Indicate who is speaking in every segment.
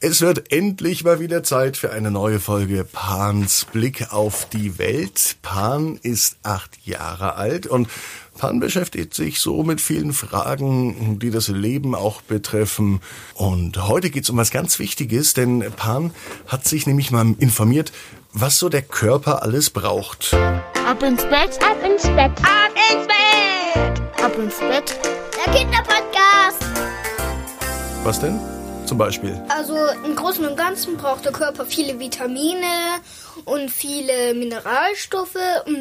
Speaker 1: Es wird endlich mal wieder Zeit für eine neue Folge Pans Blick auf die Welt. Pan ist acht Jahre alt und Pan beschäftigt sich so mit vielen Fragen, die das Leben auch betreffen. Und heute geht's um was ganz Wichtiges, denn Pan hat sich nämlich mal informiert, was so der Körper alles braucht.
Speaker 2: Ab ins Bett, ab ins Bett,
Speaker 3: Ab ins Bett!
Speaker 2: ab ins Bett.
Speaker 3: Der Kinderpodcast!
Speaker 1: Was denn? Zum Beispiel.
Speaker 4: Also im Großen und Ganzen braucht der Körper viele Vitamine und viele Mineralstoffe. Um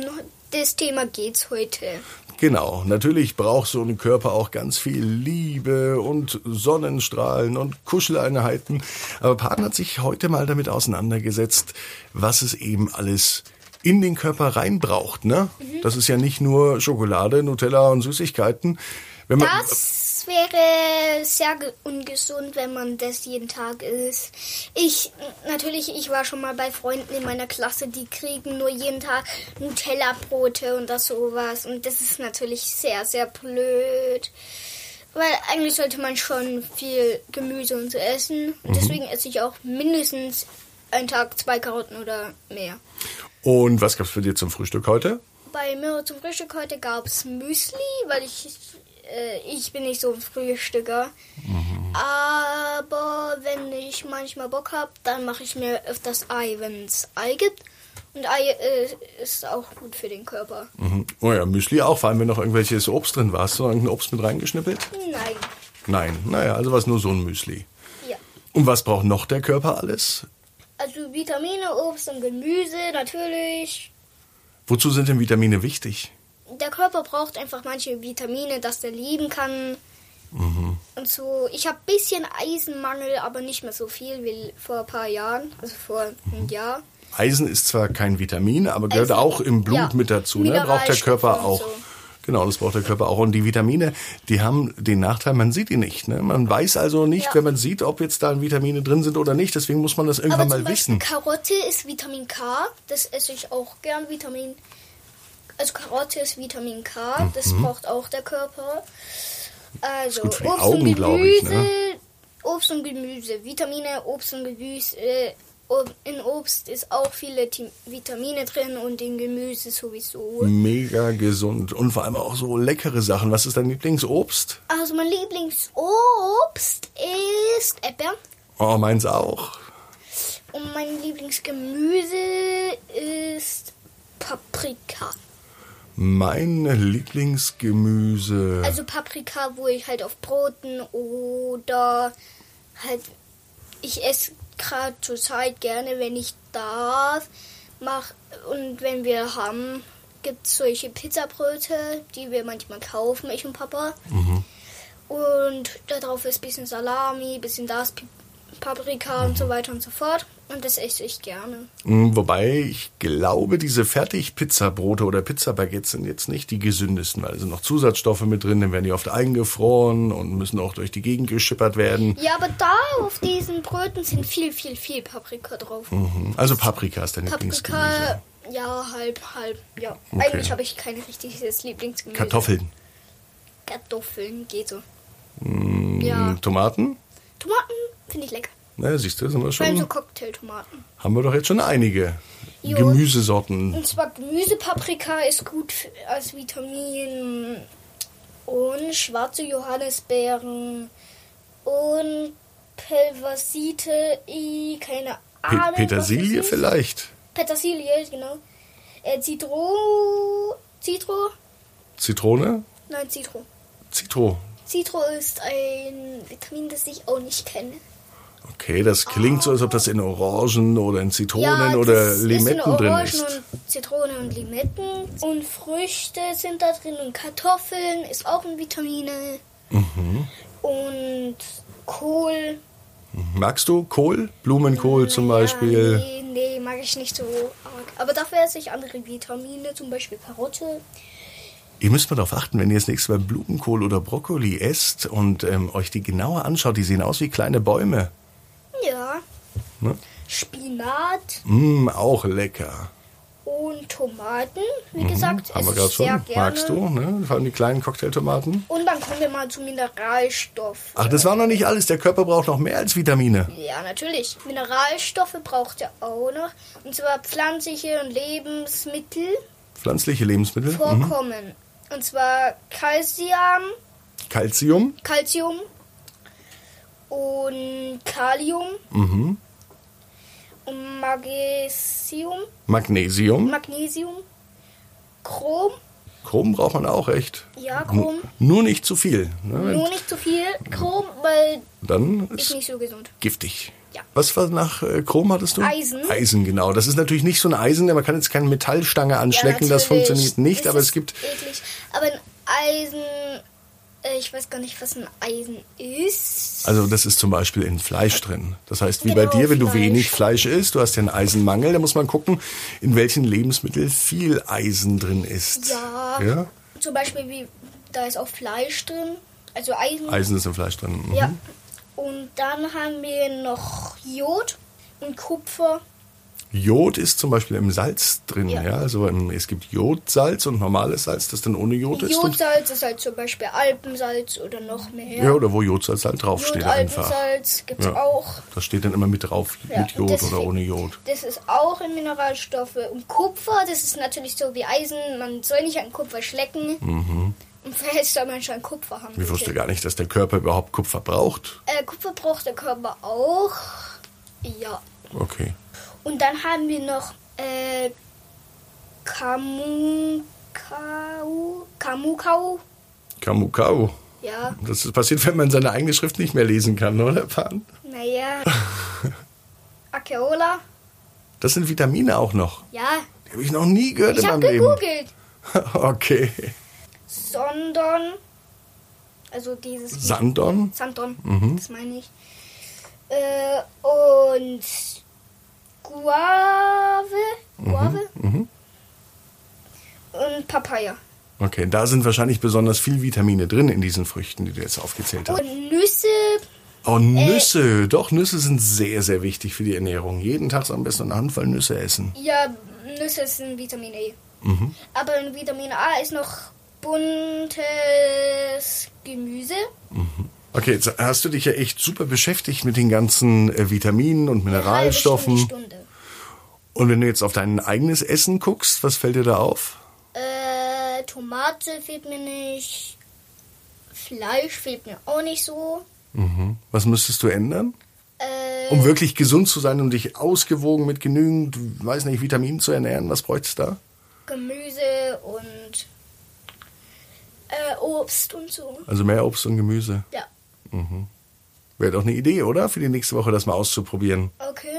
Speaker 4: das Thema geht's heute.
Speaker 1: Genau, natürlich braucht so ein Körper auch ganz viel Liebe und Sonnenstrahlen und Kuscheleinheiten. Aber Pan hat sich heute mal damit auseinandergesetzt, was es eben alles in den Körper rein braucht. Ne? Das ist ja nicht nur Schokolade, Nutella und Süßigkeiten. Wenn man,
Speaker 4: Das wäre sehr ge- ungesund, wenn man das jeden Tag isst. Ich natürlich, ich war schon mal bei Freunden in meiner Klasse, die kriegen nur jeden Tag Nutella-Brote und das sowas. Und das ist natürlich sehr, sehr blöd. Weil eigentlich sollte man schon viel Gemüse und so essen.
Speaker 1: Mhm.
Speaker 4: Und deswegen esse ich auch mindestens einen Tag zwei Karotten oder mehr.
Speaker 1: Und was gab's für dir zum Frühstück heute?
Speaker 4: Bei mir zum Frühstück heute gab es Müsli, weil ich, äh, ich bin nicht so ein Frühstücker. Aber wenn ich manchmal Bock habe, dann mache ich mir öfters Ei, wenn es Ei gibt. Und Ei äh, ist auch gut für den Körper.
Speaker 1: Mhm. Oh ja, Müsli auch, vor allem wenn noch irgendwelches Obst drin war. Hast du noch irgendein Obst mit reingeschnippelt?
Speaker 4: Nein.
Speaker 1: Nein, naja, also war es nur so ein Müsli.
Speaker 4: Ja.
Speaker 1: Und was braucht noch der Körper alles?
Speaker 4: Also Vitamine, Obst und Gemüse natürlich.
Speaker 1: Wozu sind denn Vitamine wichtig?
Speaker 4: Der Körper braucht einfach manche Vitamine, dass der leben kann. Und so, ich habe ein bisschen Eisenmangel, aber nicht mehr so viel wie vor ein paar Jahren, also vor einem Jahr.
Speaker 1: Eisen ist zwar kein Vitamin, aber gehört
Speaker 4: Eisen,
Speaker 1: auch im Blut
Speaker 4: ja.
Speaker 1: mit dazu. Ne? Braucht der
Speaker 4: Mineralstoffe
Speaker 1: Körper
Speaker 4: und
Speaker 1: auch.
Speaker 4: so.
Speaker 1: Genau, das braucht der Körper auch. Und die Vitamine, die haben den Nachteil, man sieht die nicht. Ne? Man weiß also nicht,
Speaker 4: Ja.
Speaker 1: wenn man sieht, ob jetzt da Vitamine drin sind oder nicht. Deswegen muss man das irgendwann
Speaker 4: aber zum
Speaker 1: mal
Speaker 4: Beispiel
Speaker 1: wissen.
Speaker 4: Karotte ist Vitamin K, das esse ich auch gern. Vitamin, also Karotte ist Vitamin K, das braucht auch der Körper. Also
Speaker 1: Mhm. gut für die
Speaker 4: Obst
Speaker 1: Augen,
Speaker 4: und
Speaker 1: glaub ich, ne?
Speaker 4: Gemüse, Obst und Gemüse, Vitamine, Obst und Gemüse. äh, Ob- In Obst ist auch viele Ti- Vitamine drin und in Gemüse sowieso.
Speaker 1: Mhm. Mega gesund. Und vor allem auch so leckere Sachen. Was ist dein Lieblingsobst?
Speaker 4: Also mein Lieblingsobst ist Äpfel.
Speaker 1: Oh, meins auch.
Speaker 4: Und mein Lieblingsgemüse ist Paprika.
Speaker 1: Mein Lieblingsgemüse.
Speaker 4: Also Paprika, wo ich halt auf Broten oder halt ich esse gerade zur Zeit gerne, wenn ich darf, mach und wenn wir haben, gibt es solche Pizzabröte, die wir manchmal kaufen, ich und Papa. Und darauf ist bisschen Salami, bisschen das, Pi- Paprika und so weiter und so fort. Und das esse ich gerne.
Speaker 1: Mm, Wobei ich glaube, diese Fertigpizzabrote oder Pizzabaguettes sind jetzt nicht die gesündesten, weil da sind noch Zusatzstoffe mit drin, dann werden die oft eingefroren und müssen auch durch die Gegend geschippert werden.
Speaker 4: Ja, aber da auf diesen Bröten sind viel, viel, viel Paprika drauf.
Speaker 1: Mhm. Also Paprika ist dein Lieblingsgemüse.
Speaker 4: Paprika, ja, halb, halb, ja.
Speaker 1: Okay.
Speaker 4: Eigentlich habe ich kein richtiges Lieblingsgemüse.
Speaker 1: Kartoffeln,
Speaker 4: Kartoffeln, geht so.
Speaker 1: Mm.
Speaker 4: Ja.
Speaker 1: hm, Tomaten,
Speaker 4: Tomaten finde ich lecker.
Speaker 1: na, siehst du, sind wir
Speaker 4: Vor allem so
Speaker 1: schon,
Speaker 4: Cocktailtomaten.
Speaker 1: haben wir doch jetzt schon einige
Speaker 4: Jo.
Speaker 1: Gemüsesorten.
Speaker 4: Und zwar Gemüsepaprika ist gut f- als Vitamin und schwarze Johannisbeeren und Pelvasite, i, keine
Speaker 1: Pe
Speaker 4: Ahnung. was
Speaker 1: Petersilie
Speaker 4: das ist.
Speaker 1: vielleicht,
Speaker 4: Petersilie, genau. Äh, Zitro, Zitro,
Speaker 1: Zitrone,
Speaker 4: nein, Zitro.
Speaker 1: Zitro.
Speaker 4: Citro ist ein Vitamin, das ich auch nicht kenne.
Speaker 1: Okay, das klingt so, als ob das in Orangen oder in Zitronen
Speaker 4: das
Speaker 1: oder
Speaker 4: ist in
Speaker 1: Limetten drin
Speaker 4: Orangen
Speaker 1: ist.
Speaker 4: Und Zitrone und Limetten. Und Früchte sind da drin. Und Kartoffeln ist auch ein Vitamine.
Speaker 1: Mhm.
Speaker 4: Und Kohl.
Speaker 1: Magst du Kohl? Blumenkohl zum Beispiel.
Speaker 4: Ja, nee, nee, mag ich nicht so arg. Aber dafür esse ich andere Vitamine, zum Beispiel Karotte.
Speaker 1: Ihr müsst mal darauf achten, wenn ihr das nächste Mal Blumenkohl oder Brokkoli esst und ähm, euch die genauer anschaut, die sehen aus wie kleine Bäume.
Speaker 4: Ja.
Speaker 1: Ne?
Speaker 4: Spinat
Speaker 1: Mm, auch lecker.
Speaker 4: und und Tomaten. Wie gesagt,
Speaker 1: Mhm. Haben wir
Speaker 4: esse
Speaker 1: gerade
Speaker 4: ich sehr
Speaker 1: schon.
Speaker 4: gerne.
Speaker 1: Magst du, ne? Vor allem die kleinen Cocktailtomaten.
Speaker 4: Und dann kommen wir mal zu Mineralstoffen.
Speaker 1: Ach, das war noch nicht alles. Der Körper braucht noch mehr als Vitamine.
Speaker 4: Ja, natürlich. Mineralstoffe braucht er auch noch. Und zwar pflanzliche und Lebensmittel
Speaker 1: Pflanzliche Lebensmittel. Mhm.
Speaker 4: vorkommen. Und zwar Calcium,
Speaker 1: Calcium.
Speaker 4: Calcium und Kalium
Speaker 1: Mhm.
Speaker 4: und Magnesium,
Speaker 1: Magnesium.
Speaker 4: Magnesium, Chrom.
Speaker 1: Chrom braucht man auch echt.
Speaker 4: Ja,
Speaker 1: Nu-
Speaker 4: Chrom.
Speaker 1: Nur nicht zu viel. Ne? Wenn-
Speaker 4: Nur nicht zu viel Chrom, weil
Speaker 1: Dann
Speaker 4: ist
Speaker 1: ist
Speaker 4: nicht so gesund.
Speaker 1: giftig.
Speaker 4: Ja.
Speaker 1: Was war nach äh, Chrom hattest du?
Speaker 4: Eisen.
Speaker 1: Eisen, genau. Das ist natürlich nicht so ein Eisen, man kann jetzt keine Metallstange anschlecken, das
Speaker 4: natürlich.
Speaker 1: funktioniert nicht,
Speaker 4: Es
Speaker 1: aber
Speaker 4: ist
Speaker 1: es gibt
Speaker 4: Eklig. Aber ein Eisen. äh, Ich weiß gar nicht, was ein Eisen ist.
Speaker 1: Also das ist zum Beispiel in Fleisch drin. Das heißt, wie
Speaker 4: Genau,
Speaker 1: bei dir, wenn du
Speaker 4: Fleisch.
Speaker 1: wenig Fleisch isst, du hast ja einen Eisenmangel, da muss man gucken, in welchen Lebensmitteln viel Eisen drin ist.
Speaker 4: Ja. Zum Beispiel, wie, da ist auch Fleisch drin. Also Eisen.
Speaker 1: Eisen ist im Fleisch drin. Mhm.
Speaker 4: Ja. Und dann haben wir noch Jod und Kupfer.
Speaker 1: Jod ist zum Beispiel im Salz drin. Ja.
Speaker 4: Ja.
Speaker 1: Also im, es gibt Jodsalz und normales Salz, das dann ohne Jod ist. Und,
Speaker 4: Jodsalz ist halt zum Beispiel Alpensalz oder noch mehr.
Speaker 1: ja, oder wo Jodsalz halt draufsteht einfach.
Speaker 4: Jodalpensalz gibt es
Speaker 1: Ja.
Speaker 4: auch.
Speaker 1: Das steht dann immer mit drauf,
Speaker 4: Ja,
Speaker 1: mit Jod
Speaker 4: deswegen-
Speaker 1: oder ohne Jod.
Speaker 4: Das ist auch in Mineralstoffe. Und Kupfer, das ist natürlich so wie Eisen. Man soll nicht an Kupfer schlecken.
Speaker 1: Mhm.
Speaker 4: Und vielleicht soll man schon Kupfer haben.
Speaker 1: Ich wusste gar nicht, dass der Körper überhaupt Kupfer braucht.
Speaker 4: äh, Kupfer braucht der Körper auch. Ja.
Speaker 1: Okay.
Speaker 4: Und dann haben wir noch äh, Kamukau. Kamukau.
Speaker 1: Kamukau.
Speaker 4: Ja,
Speaker 1: Das ist passiert, wenn man seine eigene Schrift nicht mehr lesen kann, oder, Pan?
Speaker 4: naja. Akeola.
Speaker 1: Das sind Vitamine auch noch.
Speaker 4: Ja,
Speaker 1: Die habe ich noch nie gehört
Speaker 4: ich
Speaker 1: in
Speaker 4: habe
Speaker 1: meinem
Speaker 4: gegoogelt.
Speaker 1: Leben. Okay.
Speaker 4: Sondern. Also dieses.
Speaker 1: Sandon?
Speaker 4: Sandon, das meine ich. Äh, und Guave. Guave. Und Papaya.
Speaker 1: Okay, da sind wahrscheinlich besonders viel Vitamine drin in diesen Früchten, die du jetzt aufgezählt hast.
Speaker 4: Und Nüsse.
Speaker 1: Oh, Nüsse. Doch, Nüsse sind sehr, sehr wichtig für die Ernährung. Jeden Tag so am besten eine Handvoll Nüsse essen.
Speaker 4: Ja, Nüsse sind Vitamin E. Aber in Vitamin A ist noch buntes Gemüse.
Speaker 1: Okay, jetzt hast du dich ja echt super beschäftigt mit den ganzen äh, Vitaminen und
Speaker 4: Halbe Stunde,
Speaker 1: Mineralstoffen.
Speaker 4: Stunde.
Speaker 1: Und wenn du jetzt auf dein eigenes Essen guckst, was fällt dir da auf?
Speaker 4: Äh, Tomate fehlt mir nicht. Fleisch fehlt mir auch nicht so.
Speaker 1: Was müsstest du ändern?
Speaker 4: Äh,
Speaker 1: Um wirklich gesund zu sein, um dich ausgewogen mit genügend, weiß nicht, Vitaminen zu ernähren, was bräucht's da?
Speaker 4: Gemüse und äh, Obst und so.
Speaker 1: Also mehr Obst und Gemüse.
Speaker 4: Ja,
Speaker 1: Wäre doch eine Idee, oder? Für die nächste Woche das mal auszuprobieren.
Speaker 4: okay.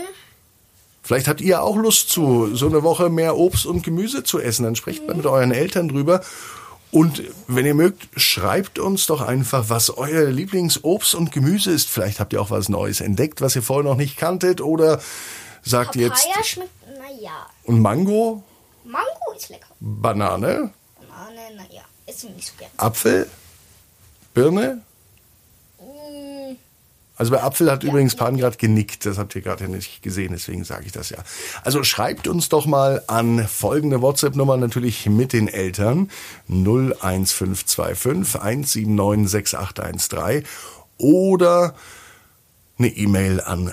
Speaker 1: Vielleicht habt ihr auch Lust zu, so eine Woche mehr Obst und Gemüse zu essen. Dann sprecht mal mit euren Eltern drüber. Und wenn ihr mögt, schreibt uns doch einfach, was euer Lieblingsobst und Gemüse ist. Vielleicht habt ihr auch was Neues entdeckt, was ihr vorher noch nicht kanntet. Oder sagt jetzt,
Speaker 4: Papaya schmeckt, naja.
Speaker 1: und Mango,
Speaker 4: Mango ist lecker.
Speaker 1: Banane,
Speaker 4: Banane, naja, ist nicht so gern.
Speaker 1: Apfel, Birne,
Speaker 4: Mm,
Speaker 1: Also bei Apfel hat übrigens Pan gerade genickt, das habt ihr gerade ja nicht gesehen, deswegen sage ich das ja. Also schreibt uns doch mal an folgende WhatsApp-Nummer natürlich mit den Eltern 01525 179 6813 oder eine E-Mail an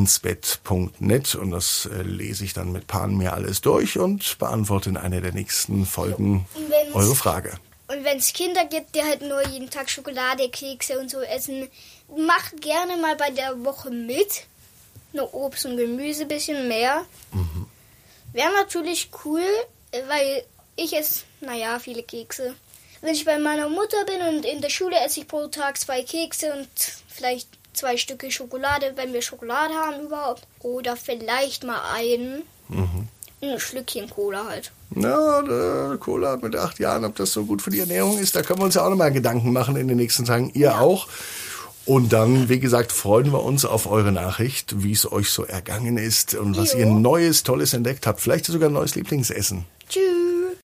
Speaker 1: marco@abinsbett.net und das äh, lese ich dann mit Pan mir alles durch und beantworte in einer der nächsten Folgen
Speaker 4: Und wenn's-
Speaker 1: eure Frage.
Speaker 4: Und wenn es Kinder gibt, die halt nur jeden Tag Schokolade, Kekse und so essen, macht gerne mal bei der Woche mit. Nur Obst und Gemüse ein bisschen mehr. Wäre natürlich cool, äh, weil ich esse, naja, viele Kekse. Wenn ich bei meiner Mutter bin und in der Schule esse ich pro Tag zwei Kekse und vielleicht zwei Stücke Schokolade, wenn wir Schokolade haben überhaupt. Oder vielleicht mal einen. Ein Schlückchen Cola halt.
Speaker 1: Na, der Cola mit acht Jahren, ob das so gut für die Ernährung ist, da können wir uns ja auch nochmal Gedanken machen in den nächsten Tagen. Ihr auch. Und dann, wie gesagt, freuen wir uns auf eure Nachricht, wie es euch so ergangen ist und was ihr Neues, Tolles entdeckt habt. Vielleicht sogar ein neues Lieblingsessen.
Speaker 4: Tschüss.